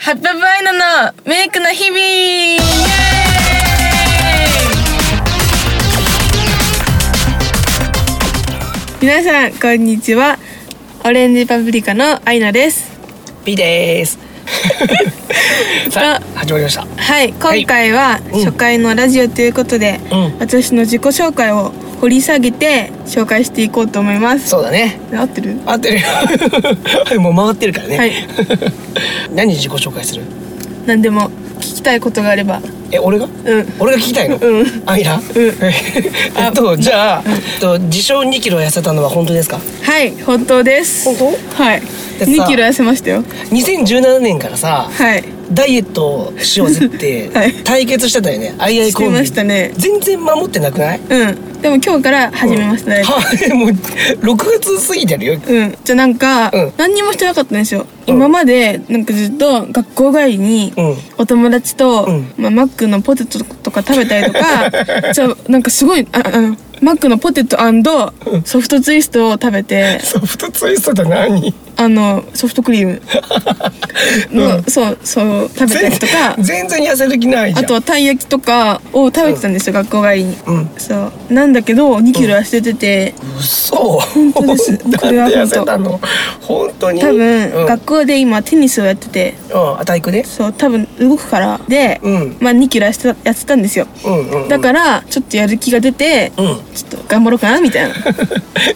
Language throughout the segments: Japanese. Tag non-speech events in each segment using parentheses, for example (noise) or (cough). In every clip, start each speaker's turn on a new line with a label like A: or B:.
A: ハッピーバイナのメイクの日々イエーイ皆さんこんにちはオレンジパプリカのアイナです
B: ビです
A: (laughs)
B: さあ始まりました
A: はい今回は
B: うん
A: 初回のラジオということで、
B: うん
A: 私の自己紹介を掘り下げて紹介していこうと思います
B: そうだね
A: 合ってる
B: 合って
A: (laughs)
B: るよはいもう回ってるからね、
A: はい
B: (laughs) 何自己紹介する
A: 何でも聞きたいことがあれば
B: え俺が
A: うん
B: 俺が聞きたいの、
A: うん
B: あいら、 (laughs) えっとじゃあ、えっと自称2キロ痩せたのは本当ですか
A: はい本当です
B: 本
A: はい
B: でさ
A: 2キロ痩せましたよ
B: 2017年からさ
A: はい
B: ダイエットをしようぜっ
A: (laughs)
B: て、
A: はい
B: 対決してたよねあいあいコンビ
A: してましたね
B: 全然守ってなくない
A: うんでも今日から始めましたね
B: はい (laughs) もう6月過ぎてるよ
A: うんじゃあなんか、
B: うん
A: 何にもしてなかったんですよ
B: うん
A: 今までなんかずっと学校帰りに、
B: うん
A: お友達と、
B: うん
A: まあ、マックのポテトとか食べたりとか
B: (laughs)
A: じゃあなんかすごいああのマックのポテトソフトツイストを食べて
B: ソフトツイストって何
A: あのソフトクリー
B: (laughs)
A: ムの、そうそう食べたりとか
B: 全然痩せる気ないじゃ
A: あ
B: ん
A: とはたい焼きとかを食べてたんですよ、学校帰りに。
B: うん
A: そうなんだけど2キロ痩せてて、
B: 嘘
A: 当ですこれ
B: な
A: は本当
B: んで痩せたの本当に
A: 多分、
B: うん、
A: 学校で今テニスをやってて
B: うんあ体育で
A: そう多分動くからで、
B: うん
A: まあ2キロ痩せたやってたんですよ、
B: うんうんうん
A: だからちょっとやる気が出て、
B: うん (laughs)
A: ちょっと頑張ろうかなみたいな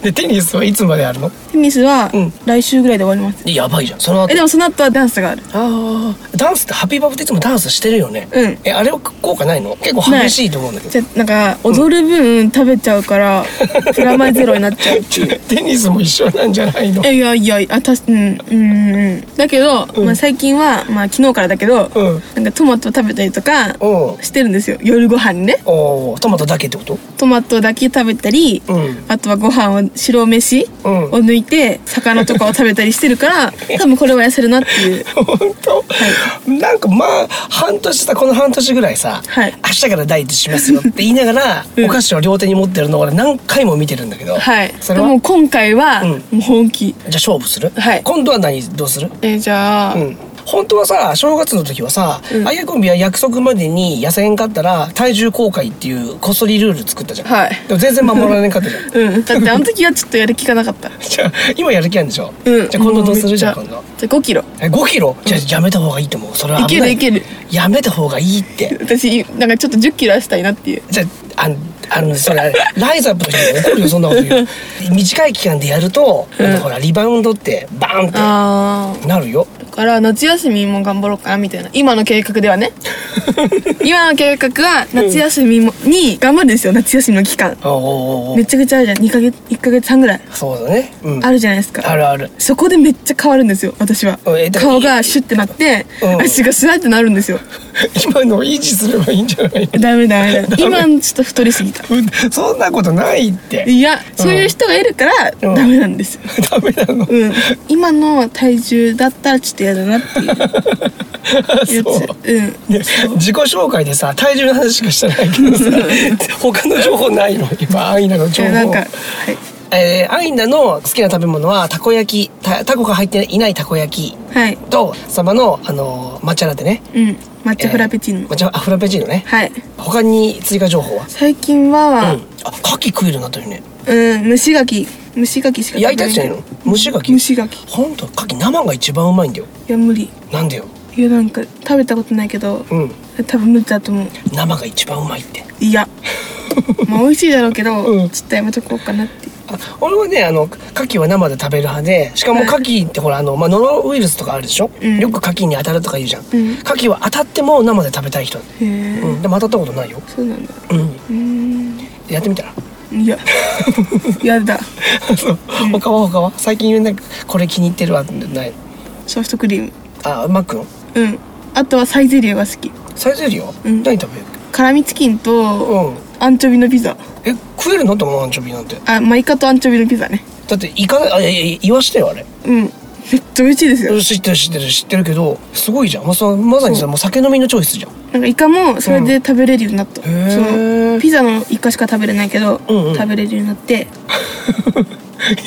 B: でテニスはいつまであるの
A: テニスは
B: うん
A: 来週ぐらいで終わります、
B: やばいじゃんその後
A: えでもその後はダンスがある
B: ああダンスってハッピーバブっていつもダンスしてるよね
A: うん
B: えあれは効果ないの結構激しいと思うんだけど
A: じゃなんか踊る分食べちゃうから、プラマイゼロになっちゃう
B: (laughs) テニスも一緒なんじゃないの
A: えいやいやあたしうんうんうんだけど、
B: ん
A: まあ、最近はまあ昨日からだけど、
B: うん
A: なんかトマト食べたりとか
B: おう
A: してるんですよ夜ご飯にね
B: おうトマトだけってこと
A: トマトだけ食べたり、
B: うん
A: あとはご飯を白飯
B: う
A: を
B: ん
A: 抜いて魚とかを食べたりしてる
B: (laughs)
A: から多分これは痩せるなっていう
B: 本当、なんかまあ半年さこの半年ぐらいさ、
A: はい
B: 明日からダイエットしますよって言いながら、
A: うん
B: お菓子を両手に持ってるのを俺何回も見てるんだけど、
A: はい
B: そ
A: で
B: れは
A: もう
B: じゃ
A: 今回は
B: うん
A: もう本気、
B: あ勝負する、
A: はい
B: 今度は何どうする
A: えじゃあ、
B: うん本当はさ正月の時はさ、
A: うん
B: あやコンビは約束までに痩せんかったら体重公開っていうこっそりルール作ったじゃん、
A: はい
B: でも全然守られんかった
A: (laughs)
B: じゃん
A: うんだってあの時はちょっとやる気がなかった
B: じゃあ今やる気あるんでしょ、
A: うん
B: じゃあ今度どう
A: も
B: す
A: めっち
B: るじゃん今度
A: じゃあ5キロ
B: え5キロじゃあやめた方がいいと思うそれはい
A: け
B: 危
A: る
B: ない
A: いける
B: やめた方がいいって
A: 私なんかちょっと10キロ痩せたいなっていう
B: じゃああのあのそれライザップの人に怒るよそんなこと言う短い期間でやると、
A: うん
B: ほらリバウンドってバーンっ
A: あ
B: てなるよ
A: あだから夏休みも頑張ろうかなみたいな今の計画では
B: (laughs)
A: ね今の計画は夏休みも、に頑張るんですよ夏休みの期間
B: おーおーお
A: め
B: ー
A: ちゃくちゃあるじゃん2ヶ月1ヶ月半ぐらい
B: そうだね、うん、
A: あるじゃないですか、
B: あるある
A: そこでめっちゃ変わるんですよ私は
B: うんえだから
A: 顔がシュッてなって
B: うん
A: 足がスラッてなるん
B: (laughs)
A: ですよ
B: 今の維持すればいいんじゃないの
A: ダメダ
B: (laughs)
A: メダメ今ちょっと太りすぎた
B: うんそんなことないって
A: いやそういう人がいるから
B: うん
A: ダメなんですよ、
B: ダメなの、
A: うん、今の体重だったらちょっと嫌だなっていうや
B: そう
A: つうん
B: ね自己紹介でさ体重の話しかしてないけどさ他の情報ないの今アイナの情
A: い
B: 報
A: やなんかはい
B: えー、アイナの好きな食べ物はたこ焼きたたこが入っていないたこ焼き
A: はい
B: と様の、あのー抹茶ラテね
A: うん抹茶フラペチーノ、
B: 抹茶アフラペチーノね
A: はい
B: 他に追加情報は
A: 最近
B: うん
A: は、
B: あ牡蠣食えるようになったよね
A: うん、蒸し柿蒸し柿しか
B: 焼いたやつ
A: ん
B: じゃないの蒸し牡蠣
A: 蒸し柿い
B: ほんと牡蠣生が一番うまいんだよ
A: や無理
B: なんでよ
A: いやなんか食べたことないけど、
B: うん
A: 多分無理だと思う
B: 生が一番うまいって
A: いや (laughs) まあ美味しいだろうけど、
B: うん
A: ちょっとやめとこうかなって
B: あ俺はねあの牡蠣は生で食べる派でしかも牡蠣ってほらあの、まあ、ノロウイルスとかあるでしょ、
A: うん
B: よく牡蠣に当たるとか言うじゃん、
A: ん
B: 牡蠣は当たっても生で食べたい人、
A: へえ、
B: うん、でも当たったことないよ、
A: そうなんだ
B: うん、
A: うーん
B: やってみたら (laughs)
A: いややだ
B: そう他は他は最近なんかこれ気に入ってるわない
A: ソフトクリーム
B: あマックの
A: うんあとはサイゼリアが好き
B: サイゼリア、
A: うん
B: 何食べる
A: 辛味チキンと
B: うん
A: アンチョビのピザ
B: え食えるのと思うアンチョビなんて
A: あマイカとアンチョビのピザね
B: だってイカあいやいや言わしてよあれ
A: うんめっちゃ美味しいですよ
B: 知ってる知ってる知ってるけどすごいじゃんもうそまさにさもう酒飲みのチョイスじゃん
A: なんかイカもそれで食べれるようになった、
B: うんへー
A: そのピザのイカしか食べれないけど、
B: うんうん
A: 食べれるようになって (laughs)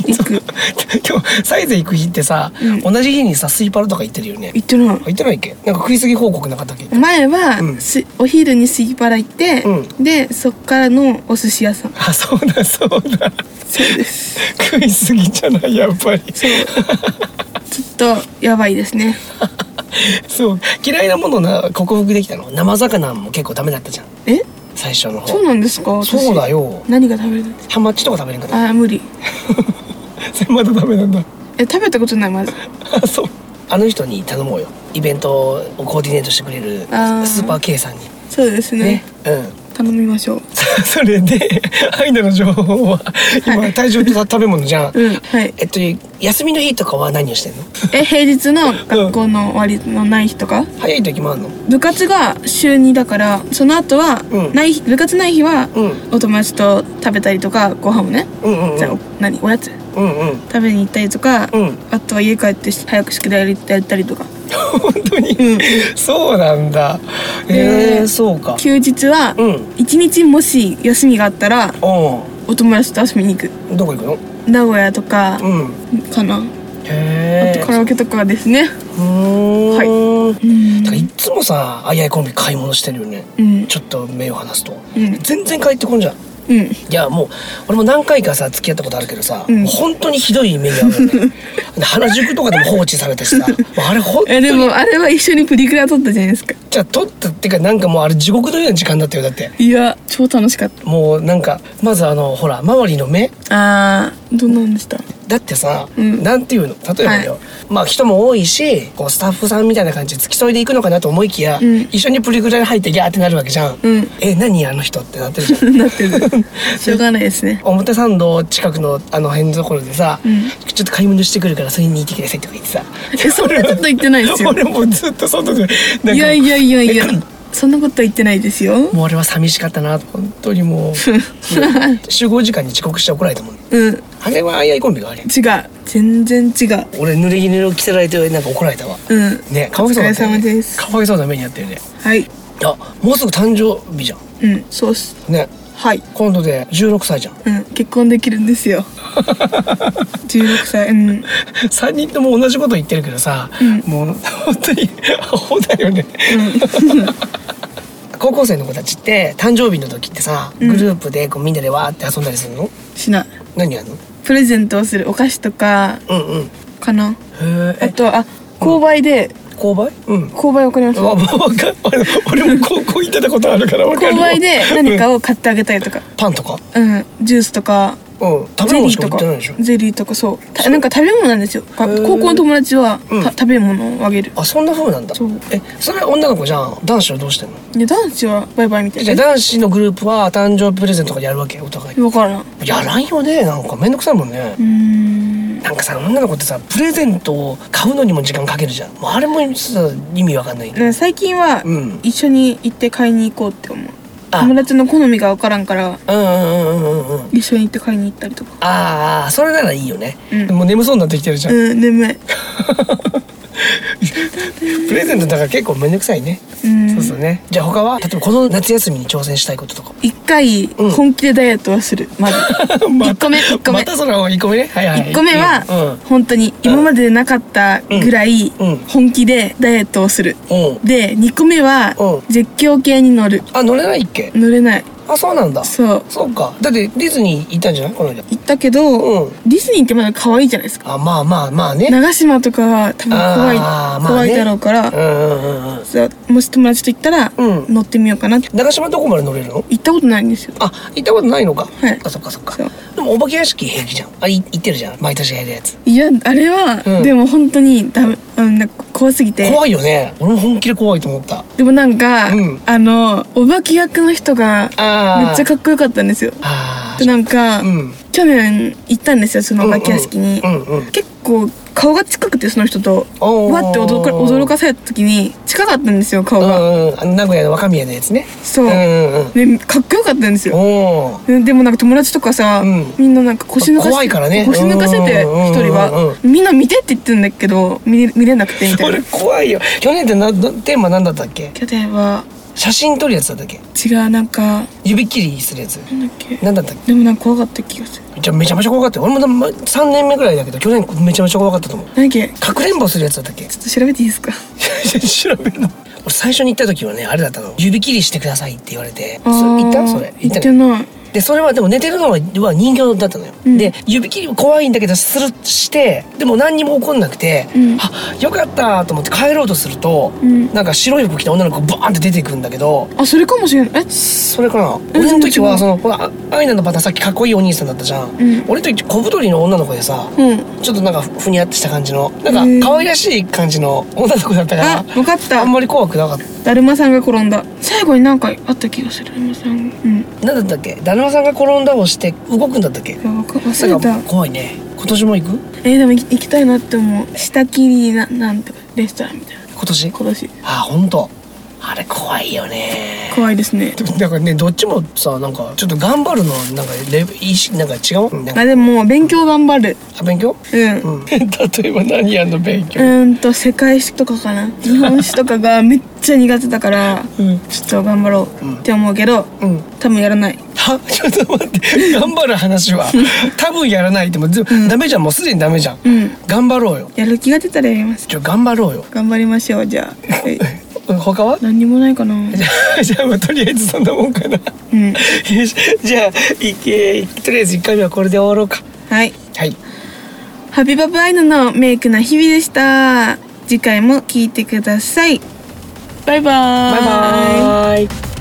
A: 行く
B: 今日サイゼ行く日ってさ、
A: うん
B: 同じ日にさスイパラとか行ってるよね
A: 行ってない
B: 行ってないっけなんか食い過ぎ報告なかったっけ
A: 前は、
B: うん
A: すお昼に杉原行って、
B: う
A: でそっからのお寿司屋さん
B: あそうだそうだ
A: そうです
B: 食い過ぎじゃないやっぱり
A: そうちょっとやばいですね
B: (laughs) そう嫌いなものな克服できたの生魚も結構ダメだったじゃん
A: え
B: 最初の方
A: そうなんですか私
B: そうだよ
A: 何が食べれるんです
B: ハマチとか食べれんかった
A: かあー無理
B: そ (laughs) れまだダメなんだ
A: え食べたことないまず
B: あそうあの人に頼もうよイベントをコーディネートしてくれる
A: あー
B: スーパー K さんに
A: そうですね
B: ねうん (laughs)
A: 頼みましょう
B: そそれでアイナの情報は今体重と食べ物じゃん、
A: うんはい
B: えっと休みの日とかは何をしてんの
A: え平日の学校の終わりのない日とか
B: 早い時もあんの
A: 部活が週2だからその後は
B: うん
A: ない日、部活ない日は
B: うん
A: お友達と食べたりとかご飯をね、
B: うんうんうん
A: じゃあお何おやつ
B: うんうん
A: 食べに行ったりとか、
B: うん
A: あとは家帰って早く宿題やったりとか
B: 本当に、そうなんだえ
A: で
B: ー、そうか
A: 休日は
B: うん
A: 一日もし休みがあったら
B: お
A: お友達と遊びに行く
B: うんどこ行くの
A: 名古屋とか
B: うん
A: かな、あ
B: へ
A: と
B: え
A: カラオケとかですね
B: うーん、はい、
A: うん
B: だからいつもさあいあいコンビ買い物してるよね
A: うん
B: ちょっと目を離すと、
A: うん
B: 全然帰ってこんじゃん
A: うん
B: いやもう俺も何回かさ付き合ったことあるけどさ、
A: うん
B: 本当にひどい目に遭う
A: (laughs)
B: よね原宿とかでも放置されてさもうあれ本当
A: え
B: に
A: でもあれは一緒にプリクラ撮ったじゃないですか
B: じゃあ撮ったっていうかなんかもうあれ地獄のような時間だったよだって
A: いや超楽しかっ
B: もうなんかまずあのほら周りの目
A: たあーどんなんでした
B: だってさ、
A: うん
B: なんていうの例えばよ、
A: は
B: まあ人も多いしこうスタッフさんみたいな感じで付き添いでいくのかなと思いきや、
A: うん
B: 一緒にプリクラに入ってギャーってなるわけじゃん、
A: うん
B: え何あの人ってなってるじゃん
A: なってるしょうがないですね
B: 表参道近くのあの辺のところでさ、
A: うん
B: ちょっと買い物してくるからそれに行ってくださいとか言ってさ
A: えそんなこと言ってないですよ
B: 俺もずっと外でなんか
A: いやいやいやいや
B: なんか
A: そんなこと言ってないですよ
B: もう俺は寂しかったな本当にもう集合時間に遅刻して怒られたもん
A: うん違う
B: あれはあいあいコンビがあれ
A: 全然違う
B: 俺濡れ衣を着せられてなんか怒られたわ
A: うん
B: ねかわいそうだったよね
A: お疲れ様です
B: かわいそうな目にあってるね
A: はい
B: あもうすぐ誕生日じゃん
A: うんそうっす
B: ね
A: はい
B: 今度で16歳
A: (laughs)
B: じゃん
A: うん結婚できるんです
B: (laughs)
A: よ16歳うん
B: 3人とも同じこと言ってるけどさ、
A: うん
B: もう本当にアホだよね高校生の子たちって誕生日の時ってさ
A: うん
B: グループでこうみんなでわーって遊んだりするの
A: しない
B: 何やるの
A: プレゼントをするお菓子とか
B: うんうんへ
A: かな
B: ー
A: あ
B: え
A: とあ購買で
B: 購買うん
A: 購買わかります
B: わわわかる俺
A: (laughs)
B: 俺も高校行ってたことあるからわかる
A: 購買で何
B: うん
A: かを買ってあげたりとか
B: パンとか
A: うんジュースとか
B: うん食べ
A: ゼリ
B: 物し
A: ーと
B: か売っ
A: か
B: てないでしょ
A: ゼリーとかそうたなんか食べ物なんですよあ
B: へー
A: 高校の友達は、
B: うん
A: た食べ物をあげる
B: あそんな風なんだ
A: そう
B: えそれは女の子じゃん男子はどうしてんの
A: で男子はバイバイみた
B: じゃ
A: い
B: あ
A: な
B: 男子のグループは誕生日プレゼントとかやるわけお互い
A: 分からんう
B: やらんよねなんかめんどくさいもんね
A: ーん
B: なんかさ女の子ってさプレゼントを買うのにも時間かけるじゃんもうあれもさ意味わかんないね
A: で最近は、
B: うん
A: 一緒に行って買いに行こうって思う
B: あ
A: 友達の好みが分からんから
B: うんうんうんうんうん
A: 一緒に行って買いに行ったりとか
B: ああそれならいいよね、
A: うん
B: もう眠そうになってきてるじゃん、
A: うん眠い
B: プレゼントだから結構めんどくさいね、
A: うん
B: そうそうねじゃあ他は例えばこの夏休みに挑戦したいこととか
A: 一回
B: うん
A: 本気でダイエットはするまず一個目一個
B: (laughs) ま
A: 目
B: たその1個目ねはいはい
A: 一個目は本当に今までなかったぐらい
B: うんうん
A: 本気でダイエットをする
B: うん、うん、
A: で2個目は
B: う
A: 絶叫系に乗る
B: あ乗れないっけ
A: 乗れない
B: あそうなんだ
A: そう
B: そうかだってディズニー行ったんじゃないこの間
A: 行ったけど、
B: うん
A: ディズニーってまだ可愛いじゃないですか
B: あまあまあまあね
A: 長島とかは多分怖い、
B: あーまあね
A: 怖いだろうから、
B: うんうんうんうん
A: そうもし友達と行ったら、
B: うん
A: 乗ってみようかなって
B: 長島どこまで乗れるの
A: 行ったことないんですよ
B: あ行ったことないのか、
A: はい
B: あそっかそっか
A: そう
B: でもお化け屋敷平気じゃんあい行ってるじゃん毎年やるやつ
A: いやあれは、
B: うん
A: でも本当にダメ、うん、なんか怖すぎて
B: 怖いよね俺も本気で怖いと思った
A: でもなんか、
B: うん
A: あのお化け役の人が
B: あー
A: めっちゃかっこよかったんですよ
B: あ
A: でなんか、
B: うん
A: 去年行ったんですよそのお化け屋敷に、
B: うんうんうん
A: 結構顔が近くてその人と
B: おー
A: わって驚か驚かされた時に近かったんですよ顔
B: う
A: が、
B: んうんあの名古屋の若宮のやつね
A: そううん
B: うんうん
A: ねかっこよかったんですよ
B: おー
A: ででもなんか友達とかさ、
B: うん
A: みんななんか腰抜かして
B: 怖いからね
A: 腰抜かしてて一
B: うんうんうんうん
A: 人はみんな見てって言ってるんだけど見れ見れなくてみたい
B: 俺
A: な
B: 怖いよ去年ってなどテーマ何だったっけ
A: 去年は
B: 写真撮るやつだったっけ
A: 違うなんか
B: 指切りするやつ
A: なんだっけ
B: 何だったっ
A: で
B: け
A: もなんか怖かった気がする
B: じゃあめちゃめちゃ怖かったよ俺もなま3年目ぐらいだけど去年めちゃめちゃ怖かったと思う
A: 何だっけちょ
B: かくれんぼするやつだったっ
A: (laughs)
B: け
A: っと調べていいですか
B: 調べるの俺最初に行った時はねあれだったの指切りしてくださいって言われてそ
A: あー
B: 行ったそれ
A: 行っ
B: ね
A: てない
B: でそれはでも寝てるのはは人形だったのよ、
A: うん
B: で指切りも怖いんだけどするしてでも何にも起こんなくて、
A: うん
B: あよかったと思って帰ろうとすると、
A: うん
B: なんか白い服着た女の子がバーンって出てくんだけど
A: あそれかもしれないえ
B: それかな
A: うん
B: 俺の時
A: 違
B: は
A: う
B: そのほらあアイナのバタさっきかっこいいお兄さんだったじゃん、
A: うん
B: 俺の時小太りの女の子でさ、
A: うん
B: ちょっとなんかふふにゃってした感じの
A: へ
B: なん
A: ー
B: か可愛らしい感じの女の子だったから
A: あ分かった
B: あんまり怖くなかっ
A: だるまさんが転んだ最後になんかあった気がするだるまさんうん
B: たなんだったっけだるまさんが転んだをして動くんだったっけ
A: いやわか忘
B: な
A: れ
B: んか
A: た
B: 怖いね今年も行く
A: えーでも行き行きたいなって思う下切りななんとかレストランみたいな
B: 今年
A: 今年
B: あ本当あれ怖いよね
A: 怖いですね
B: だからねどっちもさなんかちょっと頑張るのなんかレベいいしなんか違うなんか
A: あでも勉強頑張る
B: あ勉強
A: うんう
B: うん (laughs) 例えば何やんの勉強
A: ーんと世界史とかかな日本史とかがめっちゃ苦手だから
B: うん
A: ちょっと頑張ろうって思うけど
B: うん
A: 多分やらない
B: は (laughs) ちょっと待って頑張る話は多分やらないでもずダメじゃんもうすでにダメじゃん
A: うん
B: 頑張ろうよ
A: やる気が出たらやります
B: ちょ頑張ろうよ
A: 頑張りましょうじゃあ (laughs) はい
B: 他は (laughs)
A: 何にもないかなうん
B: じゃあじゃあまあとりあえずそんなもんかな (laughs) よしじゃあいけとりあえず1回目はこれで終わろうか
A: はい
B: はい
A: ハビバブアイヌのメイクな日々でした次回も聞いてくださいバイバー
B: バイバーイ